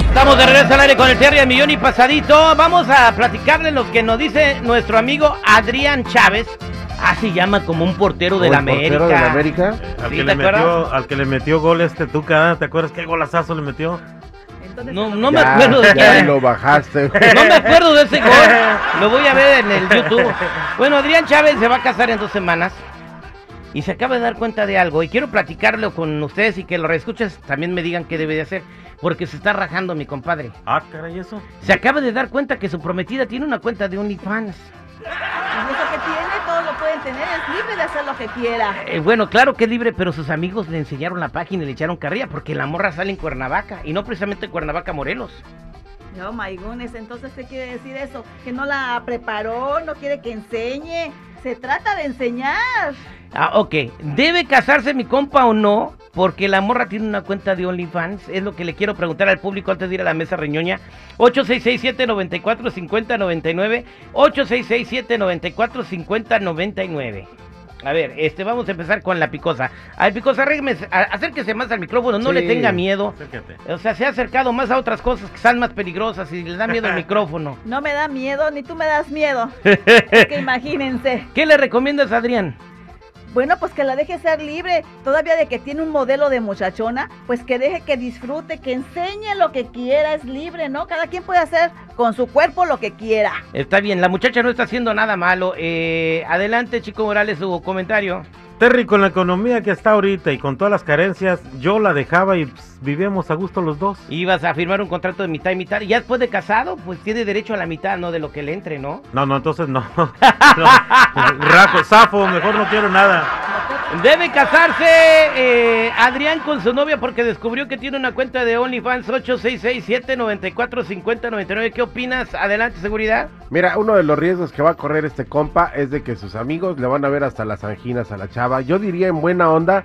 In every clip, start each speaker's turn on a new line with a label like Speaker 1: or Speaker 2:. Speaker 1: Estamos de regreso al aire con el Terry al millón y pasadito. Vamos a platicarle lo que nos dice nuestro amigo Adrián Chávez. Así llama como un portero de
Speaker 2: ¿O
Speaker 1: la
Speaker 2: el portero
Speaker 1: América.
Speaker 2: de la América?
Speaker 3: Al,
Speaker 1: Sí, ¿te
Speaker 3: que le metió,
Speaker 1: acuerdas?
Speaker 3: al que le metió gol este Tuca, ¿eh? ¿te acuerdas qué golazazo le metió?
Speaker 4: Entonces,
Speaker 1: No,
Speaker 4: ¿a lo
Speaker 1: no
Speaker 4: que
Speaker 1: me
Speaker 2: Ya,
Speaker 1: acuerdo de
Speaker 2: ya
Speaker 1: quién.
Speaker 2: lo bajaste, güey.
Speaker 1: No me acuerdo de ese gol. Lo voy a ver en el YouTube. Bueno, Adrián Chávez se va a casar en dos semanas. Y se acaba de dar cuenta de algo. Y quiero platicarlo con ustedes y que lo reescuches. También me digan qué debe de hacer. Porque se está rajando mi compadre.
Speaker 3: Ah, caray, eso.
Speaker 1: Se acaba de dar cuenta que su prometida tiene una cuenta de OnlyFans.
Speaker 4: Eso que tiene, todos lo pueden tener, es libre de hacer lo que quiera.
Speaker 1: Eh, bueno, claro que es libre, pero sus amigos le enseñaron la página y le echaron carrilla. Porque la morra sale en Cuernavaca. Y no precisamente en Cuernavaca, Morelos.
Speaker 4: No, my goodness, entonces, ¿qué quiere decir eso? Que no la preparó, no quiere que enseñe. Se trata de enseñar.
Speaker 1: Ah, ok. ¿Debe casarse mi compa o no? Porque la morra tiene una cuenta de OnlyFans. Es lo que le quiero preguntar al público antes de ir a la mesa reñoña. 8667-945099. 8667-945099. A ver, este, vamos a empezar con la picosa. Ay, picosa, arrégleme, a- acérquese más al micrófono, no
Speaker 2: Sí.
Speaker 1: le tenga miedo.
Speaker 3: Acércate.
Speaker 1: O sea, se ha acercado más a otras cosas que están más peligrosas y le da miedo el micrófono.
Speaker 4: No me da miedo, ni tú me das miedo. Es que imagínense.
Speaker 1: ¿Qué le recomiendas, Adrián?
Speaker 4: Bueno, pues que la deje ser libre. Todavía de que tiene un modelo de muchachona, pues que deje que disfrute, que enseñe lo que quiera, es libre, ¿no? Cada quien puede hacer con su cuerpo lo que quiera.
Speaker 1: Está bien, la muchacha no está haciendo nada malo. Eh, adelante, Chico Morales, su comentario.
Speaker 3: Terry, con la economía que está ahorita y con todas las carencias, yo la dejaba y pues, vivíamos a gusto los dos.
Speaker 1: Ibas a firmar un contrato de mitad y mitad. Y ya después de casado, pues tiene derecho a la mitad, ¿no? De lo que le entre, ¿no?
Speaker 3: No, no, entonces no. No. Raco, zafo, mejor no quiero nada.
Speaker 1: Debe casarse eh, Adrián con su novia porque descubrió que tiene una cuenta de OnlyFans 8667945099. ¿Qué opinas? Adelante, seguridad.
Speaker 2: Mira, uno de los riesgos que va a correr este compa es de que sus amigos le van a ver hasta las anginas a la chava. Yo diría en buena onda,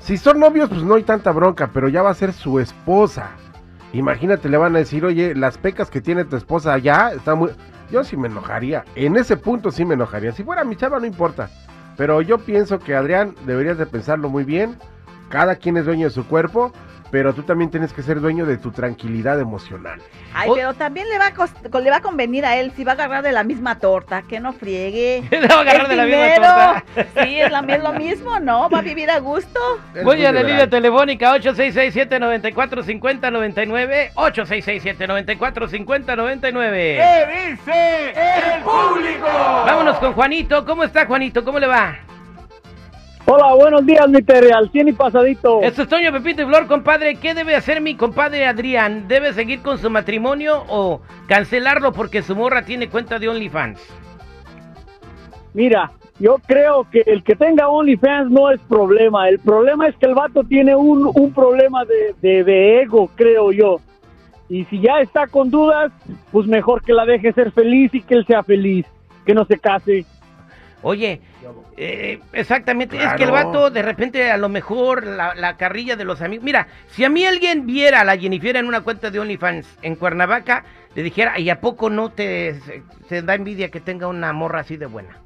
Speaker 2: si son novios pues no hay tanta bronca, pero ya va a ser su esposa. Imagínate, le van a decir, oye, las pecas que tiene tu esposa allá están muy... Yo sí me enojaría, en ese punto sí me enojaría. Si fuera mi chava no importa, pero yo pienso que Adrián deberías de pensarlo muy bien. Cada quien es dueño de su cuerpo, pero tú también tienes que ser dueño de tu tranquilidad emocional.
Speaker 4: Ay,
Speaker 1: Oh.
Speaker 4: pero también le va, a cost- le va a convenir a él si va a agarrar de la misma torta, que no friegue.
Speaker 1: Le va a agarrar
Speaker 4: El
Speaker 1: de la misma
Speaker 4: dinero,
Speaker 1: torta.
Speaker 4: Sí, es, la, es lo mismo, ¿no? Va a vivir a gusto.
Speaker 2: Es
Speaker 1: Voy
Speaker 2: muy
Speaker 1: a la
Speaker 2: liberal.
Speaker 1: línea telefónica 8667-945099. 8667-945099.
Speaker 5: dice el público?
Speaker 1: Vámonos con Juanito. ¿Cómo está, Juanito? ¿Cómo le va?
Speaker 6: Hola, buenos días, mi Terry, al 100 y pasadito.
Speaker 1: Esto es Toño Pepito y Flor, compadre. ¿Qué debe hacer mi compadre Adrián? ¿Debe seguir con su matrimonio o cancelarlo porque su morra tiene cuenta de OnlyFans?
Speaker 6: Mira, yo creo que el que tenga OnlyFans no es problema. El problema es que el vato tiene un, un problema de, de- de ego, creo yo. Y si ya está con dudas, pues mejor que la deje ser feliz y que él sea feliz, que no se case.
Speaker 1: Oye, eh, exactamente. Es
Speaker 2: Claro.
Speaker 1: que el vato, de repente, a lo mejor la, la carrilla de los amigos. Mira, si a mí alguien viera a la Jennifer en una cuenta de OnlyFans en Cuernavaca, le dijera, ¿y a poco no te se, se da envidia que tenga una morra así de buena?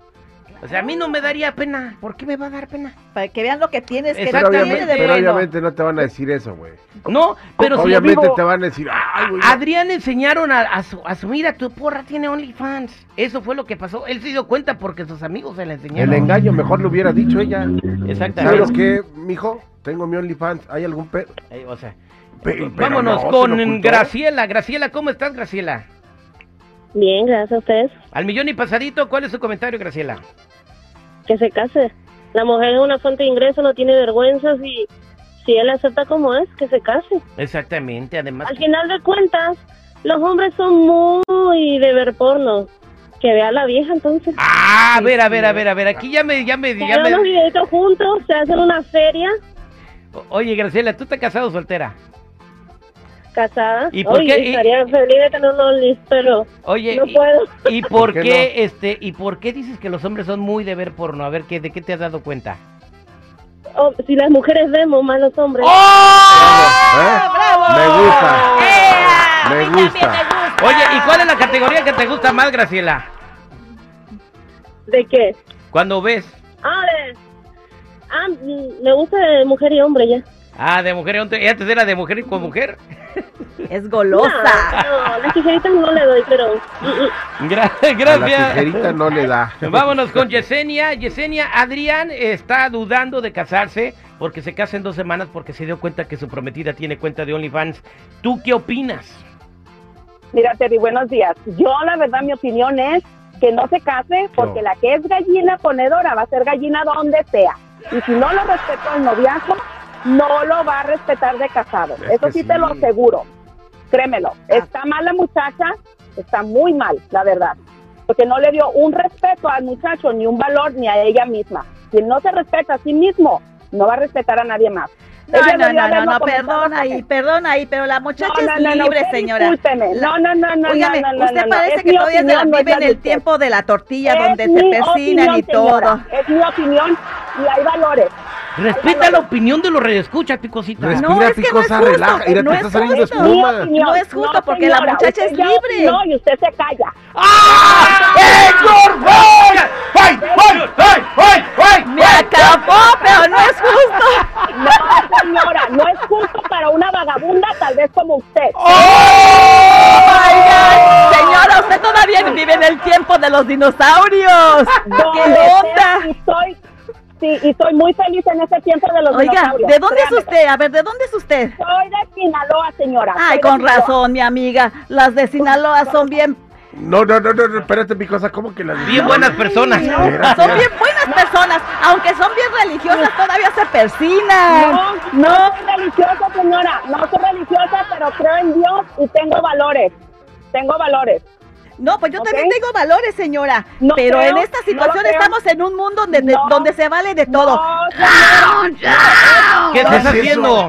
Speaker 1: O sea, a mí no me daría pena. ¿Por qué me va a dar pena?
Speaker 4: Para que vean lo que tienes, que
Speaker 2: Pero
Speaker 4: no
Speaker 1: Exactamente.
Speaker 4: tiene
Speaker 2: obviamente,
Speaker 4: de
Speaker 2: pero
Speaker 4: bueno.
Speaker 2: obviamente no te van a decir eso, güey.
Speaker 1: No, pero si Ah,
Speaker 2: obviamente
Speaker 6: amigo-
Speaker 2: te van a decir, ay, güey.
Speaker 1: A Adrián enseñaron a, a su, a su- mira, tu porra tiene OnlyFans. Eso fue lo que pasó. Él se dio cuenta porque sus amigos se la
Speaker 2: El
Speaker 1: enseñaron.
Speaker 2: engaño mejor lo hubiera dicho ella. ¿Sabes
Speaker 1: Exactamente.
Speaker 2: qué, mijo? Tengo mi OnlyFans. ¿Hay algún pedo?
Speaker 1: Eh, o sea,
Speaker 2: Pe- pero
Speaker 1: vámonos
Speaker 2: no, se lo
Speaker 1: con
Speaker 2: ocultó.
Speaker 1: Graciela. Graciela, ¿cómo estás, Graciela?
Speaker 7: Bien, gracias a ustedes.
Speaker 1: Al millón y pasadito, ¿cuál es su comentario, Graciela?
Speaker 7: Que se case. La mujer es una fuente de ingreso, no tiene vergüenzas y si él acepta como es, que se case.
Speaker 1: Exactamente, además.
Speaker 7: Al final de cuentas, los hombres son muy de ver porno. Que vea a la vieja entonces.
Speaker 1: Ah, a ver, a ver, a ver, a ver. Aquí ya me, ya me,
Speaker 7: Se
Speaker 1: ya
Speaker 7: dan unos
Speaker 1: me.
Speaker 7: videitos juntos, se hacen una feria
Speaker 1: O- Oye, Graciela, ¿tú estás casado o soltera?
Speaker 7: casada.
Speaker 1: ¿Y por
Speaker 7: Ay,
Speaker 1: qué? ¿Y-
Speaker 7: Estaría feliz de tener un only, pero
Speaker 1: Oye,
Speaker 7: no
Speaker 1: y-
Speaker 7: puedo.
Speaker 1: ¿y, por
Speaker 2: ¿Por
Speaker 1: qué,
Speaker 2: qué
Speaker 1: este, y por qué dices que los hombres son muy de ver porno? A ver, ¿qué, ¿de qué te has dado cuenta?
Speaker 7: Oh, si las mujeres vemos más los hombres.
Speaker 1: ¡Oh!
Speaker 2: ¿Eh? Me gusta. Me gusta.
Speaker 1: Oye, ¿y cuál es la categoría que te gusta más, Graciela?
Speaker 7: ¿De qué?
Speaker 1: Cuando ves.
Speaker 7: Ah, de- ah, mm, me gusta de mujer y hombre ya.
Speaker 1: Ah, de mujer, y antes era de mujer y con mujer.
Speaker 4: Es golosa.
Speaker 7: No, no, las tijeritas no le doy, pero... mm, mm.
Speaker 1: Gra-
Speaker 2: A la
Speaker 1: gracias.
Speaker 2: tijerita no le da.
Speaker 1: Vámonos con Yesenia. Yesenia, Adrián está dudando de casarse porque se casa en dos semanas porque se dio cuenta que su prometida tiene cuenta de OnlyFans. ¿Tú qué opinas?
Speaker 8: Mira, Terry, buenos días. Yo, la verdad, mi opinión es que no se case porque la que es gallina ponedora va a ser gallina donde sea. Y si no lo respetó el noviazgo, no lo va a respetar de casado.
Speaker 2: Es
Speaker 8: Eso
Speaker 2: que
Speaker 8: sí,
Speaker 2: sí. Ah.
Speaker 8: te lo aseguro. Créemelo. Está mal la muchacha, está muy mal, la verdad. Porque no le dio un respeto al muchacho, ni un valor, ni a ella misma. Quien no se respeta a sí mismo, no va a respetar a nadie más.
Speaker 4: No,
Speaker 8: Ella
Speaker 4: no,
Speaker 8: debió
Speaker 4: no, no,
Speaker 8: haberlo
Speaker 4: no,
Speaker 8: comenzado
Speaker 4: perdón
Speaker 8: con
Speaker 4: ahí,
Speaker 8: él.
Speaker 4: perdón ahí, pero la muchacha es libre,
Speaker 8: usted
Speaker 4: señora.
Speaker 8: discúlpeme.
Speaker 4: La-
Speaker 8: No, no, no, no,
Speaker 4: Óigame,
Speaker 8: no, no,
Speaker 4: usted
Speaker 8: no, no.
Speaker 4: parece
Speaker 8: Es
Speaker 4: que
Speaker 8: mi
Speaker 4: todavía se la
Speaker 8: opinión, no es
Speaker 4: vive en
Speaker 8: la de
Speaker 4: el
Speaker 8: usted.
Speaker 4: tiempo de la tortilla,
Speaker 8: Es
Speaker 4: donde
Speaker 8: mi
Speaker 4: se persinan y
Speaker 8: opinión, señora.
Speaker 4: todo.
Speaker 8: Es mi opinión y hay valores.
Speaker 1: Respeta la opinión de los radioescuchas, picosita.
Speaker 2: Respira,
Speaker 4: No, es que no es
Speaker 2: picosa,
Speaker 4: justo,
Speaker 2: relaja. Mira,
Speaker 4: no
Speaker 2: te
Speaker 4: es
Speaker 2: está saliendo
Speaker 4: justo.
Speaker 8: Mi
Speaker 2: espuma.
Speaker 8: opinión.
Speaker 4: No es justo porque la muchacha
Speaker 8: usted
Speaker 4: es
Speaker 8: ya
Speaker 4: libre.
Speaker 8: opinó y usted se calla.
Speaker 1: ¡Ah!
Speaker 8: ¡Eh,
Speaker 1: ¡Héctor Vargas! ¡Ay, ay, ay, ay, ay!
Speaker 4: Me acabó, pero no es justo.
Speaker 8: No, señora, no es justo para una vagabunda, tal vez como usted.
Speaker 1: Oh,
Speaker 4: Oigan, señora, usted todavía vive en el tiempo de los dinosaurios.
Speaker 8: Donde
Speaker 4: ¿Qué
Speaker 8: sea,
Speaker 4: onda?
Speaker 8: Y soy, sí, y soy muy feliz en ese tiempo de los
Speaker 4: Oiga,
Speaker 8: dinosaurios,
Speaker 4: ¿de dónde es
Speaker 8: créame.
Speaker 4: usted? A ver, ¿de dónde es usted?
Speaker 8: Soy de Sinaloa, señora.
Speaker 4: Ay,
Speaker 8: Soy de
Speaker 4: con
Speaker 8: Sinaloa.
Speaker 4: razón, mi amiga. Las de Sinaloa son bien,
Speaker 2: No, no, no, no, no, espérate, picosa, ¿cómo que la
Speaker 1: Bien buenas personas.
Speaker 2: Espérate.
Speaker 4: son bien buenas personas. Aunque son bien religiosas, todavía se persinan.
Speaker 8: No, no soy religiosa, señora. No soy religiosa, pero creo en Dios y tengo valores. Tengo valores.
Speaker 4: No, pues yo
Speaker 8: Ok.
Speaker 4: también tengo valores, señora.
Speaker 8: No
Speaker 4: pero
Speaker 8: creo,
Speaker 4: en esta
Speaker 8: no
Speaker 4: situación
Speaker 8: lo creo.
Speaker 4: estamos en un mundo donde,
Speaker 8: No.
Speaker 4: donde se vale de todo.
Speaker 8: No,
Speaker 1: ¿Qué estás
Speaker 2: es eso?
Speaker 1: haciendo?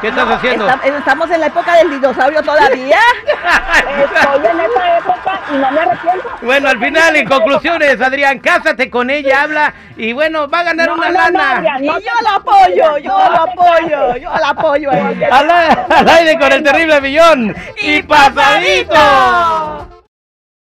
Speaker 1: ¿Qué estás haciendo?
Speaker 4: Esta- Estamos en la época del dinosaurio todavía.
Speaker 8: estoy en esa época y no me arrepiento.
Speaker 1: Bueno, al final, en conclusiones, Adrián, cásate con ella, habla y bueno, va a ganar
Speaker 8: No,
Speaker 1: una
Speaker 8: no,
Speaker 1: lana.
Speaker 8: no, Adrián.
Speaker 4: y yo la apoyo, yo la apoyo, yo la apoyo a ella.
Speaker 1: al, al aire con el terrible millón y pasadito.
Speaker 4: ¡Pasadito!